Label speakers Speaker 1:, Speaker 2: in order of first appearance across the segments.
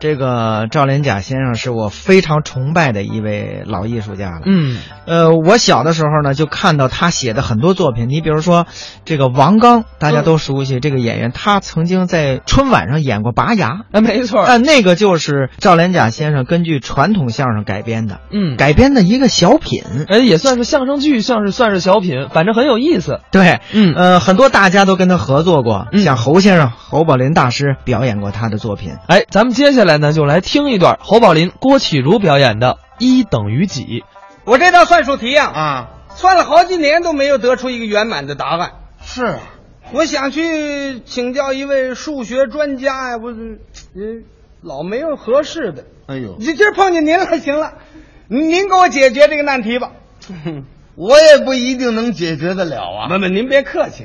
Speaker 1: 这个赵连甲先生是我非常崇拜的一位老艺术家了。
Speaker 2: 嗯
Speaker 1: 呃，我小的时候呢，就看到他写的很多作品。你比如说，这个王刚，大家都熟悉、这个演员，他曾经在春晚上演过《拔牙》，
Speaker 2: 啊，没错儿，
Speaker 1: 但那个就是赵连甲先生根据传统相声改编的，
Speaker 2: 嗯，
Speaker 1: 改编的一个小品。
Speaker 2: 哎，也算是相声剧，算是算是小品，反正很有意思。
Speaker 1: 对，
Speaker 2: 嗯
Speaker 1: 呃，很多大家都跟他合作过，
Speaker 2: 嗯
Speaker 1: 像侯先生、侯宝林大师表演过他的作品。
Speaker 2: 哎，咱们接下来呢，就来听一段侯宝林、郭启儒表演的《一等于几》。
Speaker 3: 我这道算术题呀、
Speaker 4: 啊，
Speaker 3: 算了好几年都没有得出一个圆满的答案。
Speaker 4: 是，啊
Speaker 3: 我想去请教一位数学专家呀、我呃老没有合适的，
Speaker 4: 哎呦，
Speaker 3: 今今儿碰见您了，行了，您给我解决这个难题吧。
Speaker 4: 我也不一定能解决得了 啊。
Speaker 3: 不不，您别客气，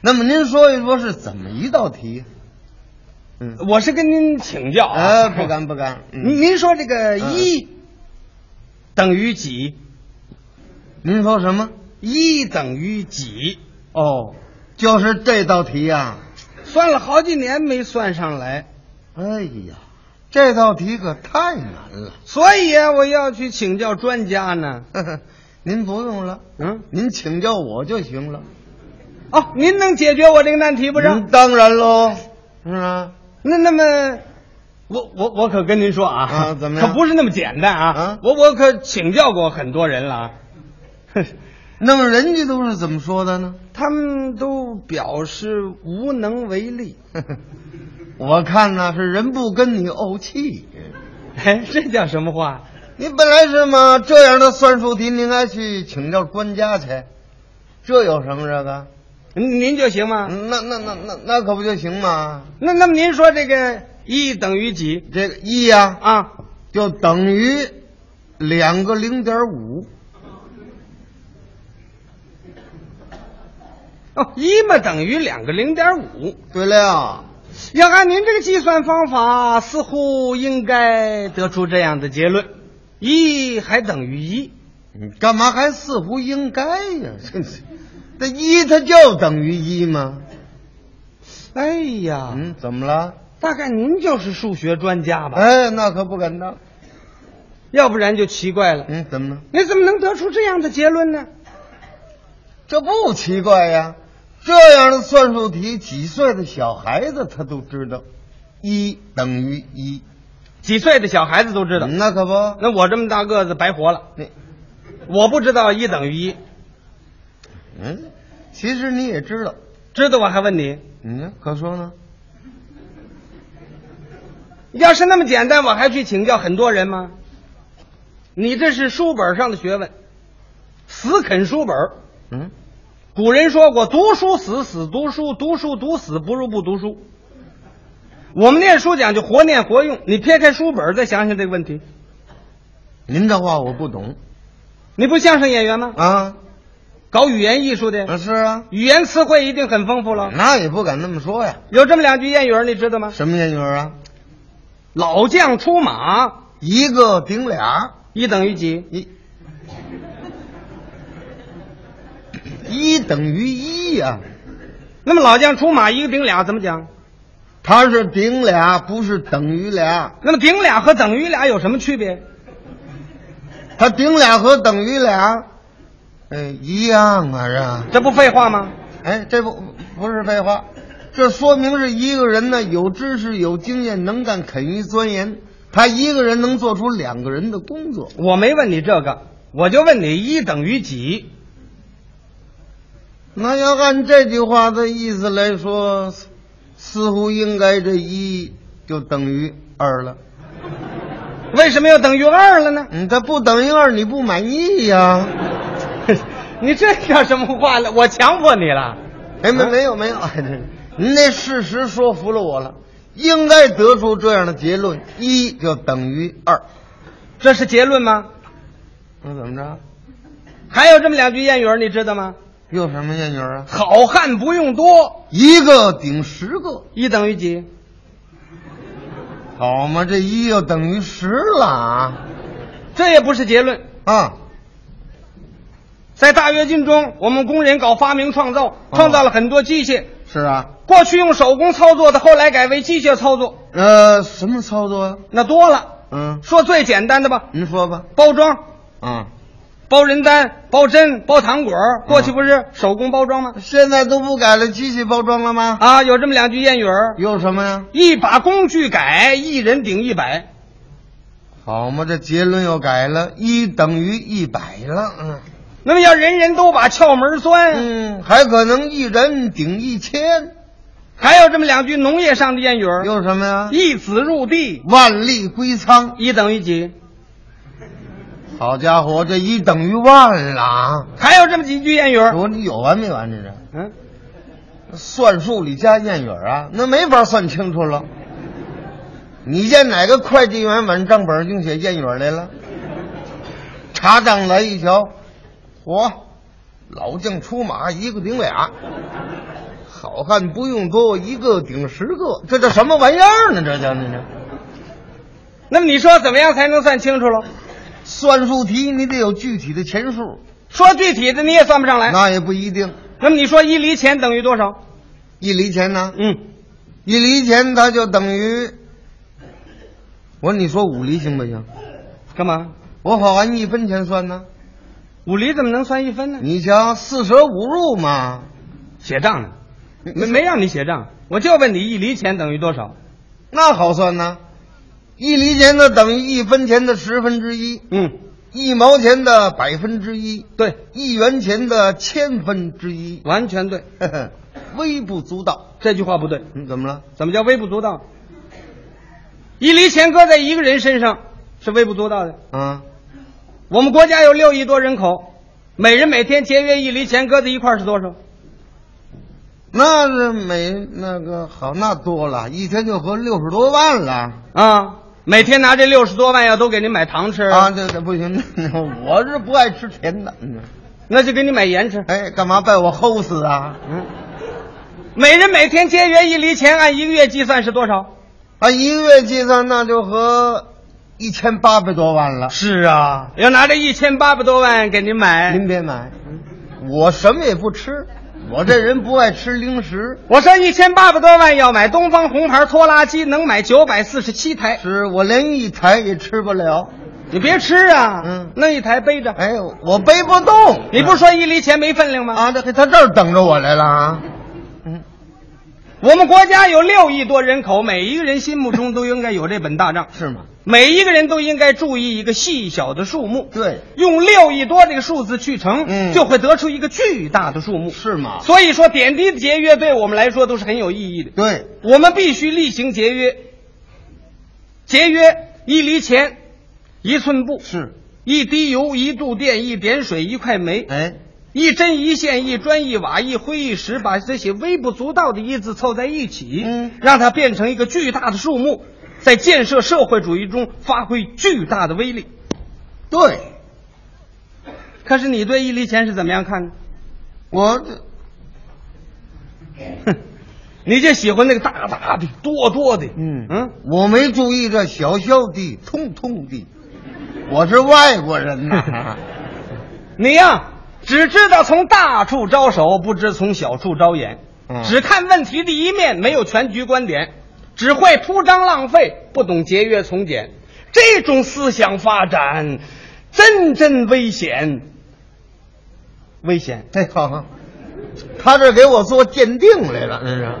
Speaker 4: 那么您说一说是怎么一道题？嗯，
Speaker 3: 我是跟您请教啊
Speaker 4: 呃，不。敢不敢，
Speaker 3: 您
Speaker 4: 嗯，
Speaker 3: 您说这个
Speaker 4: 嗯
Speaker 3: 一等于几？
Speaker 4: 您说什么？
Speaker 3: 一等于几？
Speaker 4: 哦，就是这道题啊呀、
Speaker 3: 算了好几年没算上来，
Speaker 4: 哎呀，这道题可太难了。
Speaker 3: 所以啊，我要去请教专家呢。
Speaker 4: 呵呵您不用了，
Speaker 3: 嗯，
Speaker 4: 您请教我就行了。
Speaker 3: 哦，您能解决我这个难题不是？
Speaker 4: 嗯当然喽，是啊，
Speaker 3: 那那么，我我我可跟您说啊，
Speaker 4: 啊怎么样
Speaker 3: 可不是那么简单啊！
Speaker 4: 啊
Speaker 3: 我我可请教过很多人了 啊，
Speaker 4: 那么人家都是怎么说的呢？
Speaker 3: 他们都表示无能为力。
Speaker 4: 呵呵我看呐、是人不跟你怄气。
Speaker 3: 哎，这叫什么话？
Speaker 4: 你本来是嘛这样的算术题，你应该去请教专家去，这有什么这个？
Speaker 3: 您您就行吗？
Speaker 4: 那那那那那可不就行吗？
Speaker 3: 那那么您说这个一等于几
Speaker 4: 这个一呀、
Speaker 3: 啊？
Speaker 4: 就等于两个零点五，
Speaker 3: 哦，一嘛等于两个零点五。
Speaker 4: 对了，
Speaker 3: 要按您这个计算方法，似乎应该得出这样的结论：一还等于一。
Speaker 4: 你干嘛还似乎应该呀？ 真是，这一它就等于一吗？
Speaker 3: 哎呀，
Speaker 4: 嗯，怎么了？
Speaker 3: 大概您就是数学专家吧？
Speaker 4: 哎，那可不敢当。
Speaker 3: 要不然就奇怪了，
Speaker 4: 嗯，怎么了？
Speaker 3: 你怎么能得出这样的结论呢？
Speaker 4: 这不奇怪呀，这样的算术题，几岁的小孩子他都知道，一等于一，嗯
Speaker 3: 几岁的小孩子都知道，
Speaker 4: 那可不，
Speaker 3: 那我这么大个子白活了。
Speaker 4: 你，
Speaker 3: 我不知道一等于一，
Speaker 4: 嗯，其实你也知道，
Speaker 3: 知道我还问你，
Speaker 4: 嗯，可说呢，
Speaker 3: 要是那么简单，我还去请教很多人吗？你这是书本上的学问，死啃书本。
Speaker 4: 嗯，
Speaker 3: 古人说过，读书死，死读书，读书读死，不如不读书。我们念书讲究活念活用，你撇开书本儿再想想这个问题，
Speaker 4: 您这话我不懂
Speaker 3: 你不相声演员吗？
Speaker 4: 啊，
Speaker 3: 搞语言艺术的，
Speaker 4: 啊是啊，
Speaker 3: 语言词汇一定很丰富了。
Speaker 4: 那也不敢那么说呀，
Speaker 3: 有这么两句谚语儿，你知道吗？
Speaker 4: 什么谚语啊？
Speaker 3: 老将出马，
Speaker 4: 一个顶俩，
Speaker 3: 一等于几？
Speaker 4: 一，一等于一呀、
Speaker 3: 那么老将出马，一个顶俩怎么讲？
Speaker 4: 它是顶俩，不是等于俩。
Speaker 3: 那么顶俩和等于俩有什么区别？
Speaker 4: 他顶俩和等于俩，哎，一样啊是。
Speaker 3: 这不废话吗？
Speaker 4: 哎，这不不是废话，这说明是一个人呢有知识、有经验、能干、肯于钻研。他一个人能做出两个人的工作，
Speaker 3: 我没问你这个，我就问你一等于几？
Speaker 4: 那要按这句话的意思来说，似似乎应该这一就等于二了。
Speaker 3: 为什么要等于二了呢？
Speaker 4: 嗯，他不等于二，你不满意呀？
Speaker 3: 你这叫什么话了？我强迫你了。
Speaker 4: 哎，没没有没 有，哎，这您那事实说服了我了，应该得出这样的结论：一就等于二。
Speaker 3: 这是结论吗？
Speaker 4: 那怎么着？
Speaker 3: 还有这么两句谚语儿，你知道吗？
Speaker 4: 又什么谚语啊？
Speaker 3: 好汉不用多，
Speaker 4: 一个顶十个，
Speaker 3: 一等于几？
Speaker 4: 好嘛，这一又等于十了啊！
Speaker 3: 这也不是结论。
Speaker 4: 啊，
Speaker 3: 在大跃进中，我们工人搞发明创造，创造了很多机械，
Speaker 4: 是啊，
Speaker 3: 过去用手工操作的，后来改为机械操作，
Speaker 4: 呃，什么操作呀、
Speaker 3: 那多了。
Speaker 4: 嗯，
Speaker 3: 说最简单的吧，
Speaker 4: 您说吧。
Speaker 3: 包装、
Speaker 4: 啊、
Speaker 3: 包人丹、包针、包糖果，过去不是手工包装吗？
Speaker 4: 现在都不改了机器包装了吗？
Speaker 3: 啊，有这么两句谚语儿：
Speaker 4: 有什么呀？
Speaker 3: 一把工具改，一人顶一百。
Speaker 4: 好嘛，这结论又改了，一等于一百了。嗯
Speaker 3: 那么要人人都把窍门钻，
Speaker 4: 嗯，还可能一人顶一千，
Speaker 3: 还有这么两句农业上的谚语儿：
Speaker 4: 有什么呀？
Speaker 3: 一子入地，
Speaker 4: 万粒归仓。
Speaker 3: 一等于几？
Speaker 4: 好家伙，这一等于万了啊！
Speaker 3: 还有这么几句谚语儿。
Speaker 4: 我说你有完没完？这是。
Speaker 3: 嗯，
Speaker 4: 算术里加谚语儿啊，那没法算清楚了。你见哪个会计员往账本上净写谚语儿来了？查账来一瞧，嚯，老将出马一个顶俩，好汉不用多，一个顶十个，这叫什么玩意儿呢？这叫你这
Speaker 3: 那么你说怎么样才能算清楚了？
Speaker 4: 算术题，你得有具体的钱数，
Speaker 3: 说具体的你也算不上来。
Speaker 4: 那也不一定。
Speaker 3: 那么你说一厘钱等于多少？
Speaker 4: 一厘钱呢？
Speaker 3: 嗯，
Speaker 4: 一厘钱它就等于，我说你说五厘行不行？
Speaker 3: 干嘛？
Speaker 4: 我好按一分钱算呢。
Speaker 3: 五厘怎么能算一分呢？
Speaker 4: 你瞧，四舍五入嘛，
Speaker 3: 嗯写账呢？
Speaker 4: 你
Speaker 3: 没没让你写账，我就问你一厘钱等于多少？
Speaker 4: 那好算呢。一厘钱的等于一分钱的十分之一，
Speaker 3: 嗯，
Speaker 4: 一毛钱的百分之一，
Speaker 3: 对，
Speaker 4: 一元钱的千分之一，
Speaker 3: 完全对。
Speaker 4: 呵呵微不足道。
Speaker 3: 这句话不对，
Speaker 4: 嗯，怎么了？
Speaker 3: 怎么叫微不足道？一厘钱搁在一个人身上是微不足道的。
Speaker 4: 啊，
Speaker 3: 我们国家有六亿多人口，每人每天节约一厘钱搁在一块儿是多少？
Speaker 4: 那是没那个好，那多了，一天就合六十多万了。
Speaker 3: 啊，每天拿这六十多万要都给您买糖吃
Speaker 4: 啊，，这这不行， 我是不爱吃甜的。嗯
Speaker 3: 那就给你买盐吃。
Speaker 4: 哎，干嘛把我齁死啊？
Speaker 3: 每人每天节约一厘钱，按一个月计算是多少？
Speaker 4: 按啊一个月计算，那就和一千八百多万了。
Speaker 3: 是啊，要拿这一千八百多万给您买。
Speaker 4: 哎您别买，我什么也不吃，我这人不爱吃零食。
Speaker 3: 我说一千八百多万要买东方红牌拖拉机，能买九百四十七台。
Speaker 4: 是我连一台也吃不了，
Speaker 3: 你别吃啊，
Speaker 4: 嗯
Speaker 3: 弄一台背着。
Speaker 4: 哎，我背不动。
Speaker 3: 你不是说一厘钱没分量吗？
Speaker 4: 啊？这他这儿等着我来了啊！
Speaker 3: 我们国家有六亿多人口，每一个人心目中都应该有这本大账，
Speaker 4: 是吗？
Speaker 3: 每一个人都应该注意一个细小的数目。
Speaker 4: 对，
Speaker 3: 用六亿多这个数字去乘，
Speaker 4: 嗯
Speaker 3: 就会得出一个巨大的数目。
Speaker 4: 是吗？
Speaker 3: 所以说，点滴节约对我们来说都是很有意义的。
Speaker 4: 对，
Speaker 3: 我们必须厉行节约，节约一厘钱，一寸布，
Speaker 4: 是。
Speaker 3: 一滴油，一度电，一点水，一块煤，
Speaker 4: 哎，
Speaker 3: 一针一线，一砖一瓦，一灰一石，把这些微不足道的“一”字凑在一起，
Speaker 4: 嗯
Speaker 3: 让它变成一个巨大的数目，在建设社会主义中发挥巨大的威力。
Speaker 4: 对，
Speaker 3: 可是你对一厘钱是怎么样看的？
Speaker 4: 我这
Speaker 3: 哼，你就喜欢那个大大的、多多的，
Speaker 4: 嗯
Speaker 3: 嗯，
Speaker 4: 我没注意这小小的、通通的，我是外国人呐。
Speaker 3: 你呀、只知道从大处招手，不知从小处招眼，
Speaker 4: 嗯
Speaker 3: 只看问题的一面，没有全局观点，只会铺张浪费，不懂节约从简。这种思想发展，真真危险，危险！
Speaker 4: 哎，好好，他这给我做鉴定来了，这是。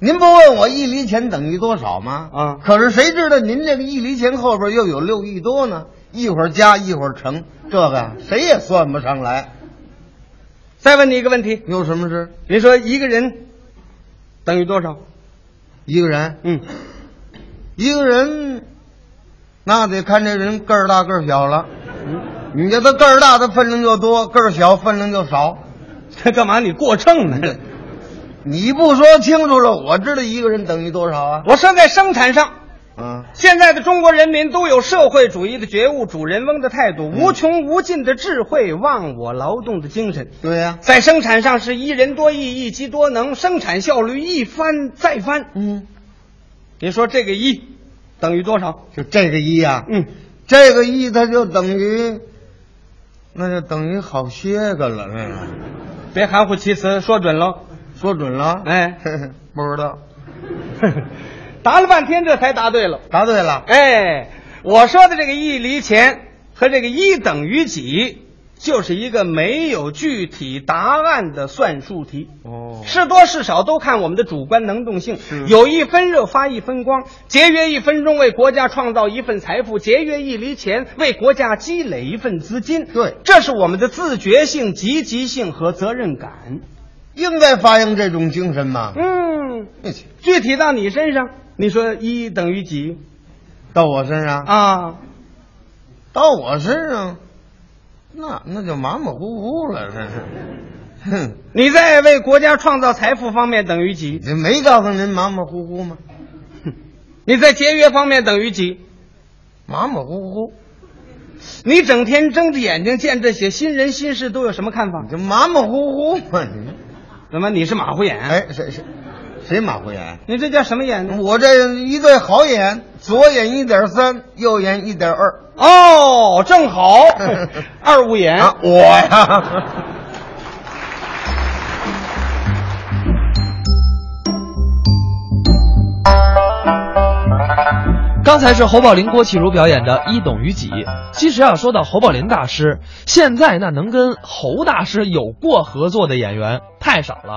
Speaker 4: 您不问我一厘钱等于多少吗？
Speaker 3: 啊
Speaker 4: 可是谁知道您这个一厘钱后边又有六亿多呢？一会儿加，一会儿乘，这个谁也算不上来。
Speaker 3: 再问你一个问题，
Speaker 4: 有什么事？
Speaker 3: 你说一个人等于多少？
Speaker 4: 一个人，
Speaker 3: 嗯，
Speaker 4: 一个人，那得看这人个儿大个儿小了。你叫他个儿大，他分量就多；个儿小，分量就少。
Speaker 3: 干嘛你过秤呢？
Speaker 4: 你不说清楚了，我知道一个人等于多少啊？
Speaker 3: 我说在生产上，
Speaker 4: 嗯，
Speaker 3: 现在的中国人民都有社会主义的觉悟、主人翁的态度、无穷无尽的智慧、忘我劳动的精神，
Speaker 4: 对呀、
Speaker 3: 在生产上是一人多艺、一机多能，生产效率一翻再翻。
Speaker 4: 嗯，
Speaker 3: 你说这个一等于多少？
Speaker 4: 就这个一呀、
Speaker 3: 嗯，
Speaker 4: 这个一它就等于，那就等于好些个了，那个
Speaker 3: 别含糊其辞，说准喽。
Speaker 4: 说准了？
Speaker 3: 哎
Speaker 4: 不知道，
Speaker 3: 答了半天，这才答对了。
Speaker 4: 答对了。
Speaker 3: 哎，我说的这个一厘钱和这个一等于几，就是一个没有具体答案的算术题。
Speaker 4: 哦
Speaker 3: 是多是少都看我们的主观能动性
Speaker 4: 是。
Speaker 3: 有一分热发一分光，节约一分钟为国家创造一份财富，节约一厘钱为国家积累一份资金。
Speaker 4: 对
Speaker 3: 这是我们的自觉性、积极性和责任感。
Speaker 4: 应该发扬这种精神嘛。
Speaker 3: 嗯，
Speaker 4: 哎切
Speaker 3: 具体到你身上，你说一等于几
Speaker 4: 到我身上，
Speaker 3: 啊？
Speaker 4: 到我身上，那那就马马虎虎了，这是。哼，
Speaker 3: 你在为国家创造财富方面等于几？
Speaker 4: 这没告诉您马马虎虎吗？
Speaker 3: 你在节约方面等于几？
Speaker 4: 马马虎虎，
Speaker 3: 你整天睁着眼睛见这些新人新事都有什么看法
Speaker 4: 你？这马马虎虎嘛，你
Speaker 3: 怎么你是马虎眼？，啊
Speaker 4: 哎，谁谁谁马虎眼？啊
Speaker 3: 你这叫什么眼呢？
Speaker 4: 我这一对好眼，左眼一点三，右眼一点二。
Speaker 3: 哦，正好二五眼。
Speaker 4: 啊，我呀。
Speaker 2: 刚才是侯宝林、郭启儒表演的《一等于几》。其实啊，说到侯宝林大师，现在那能跟侯大师有过合作的演员太少了。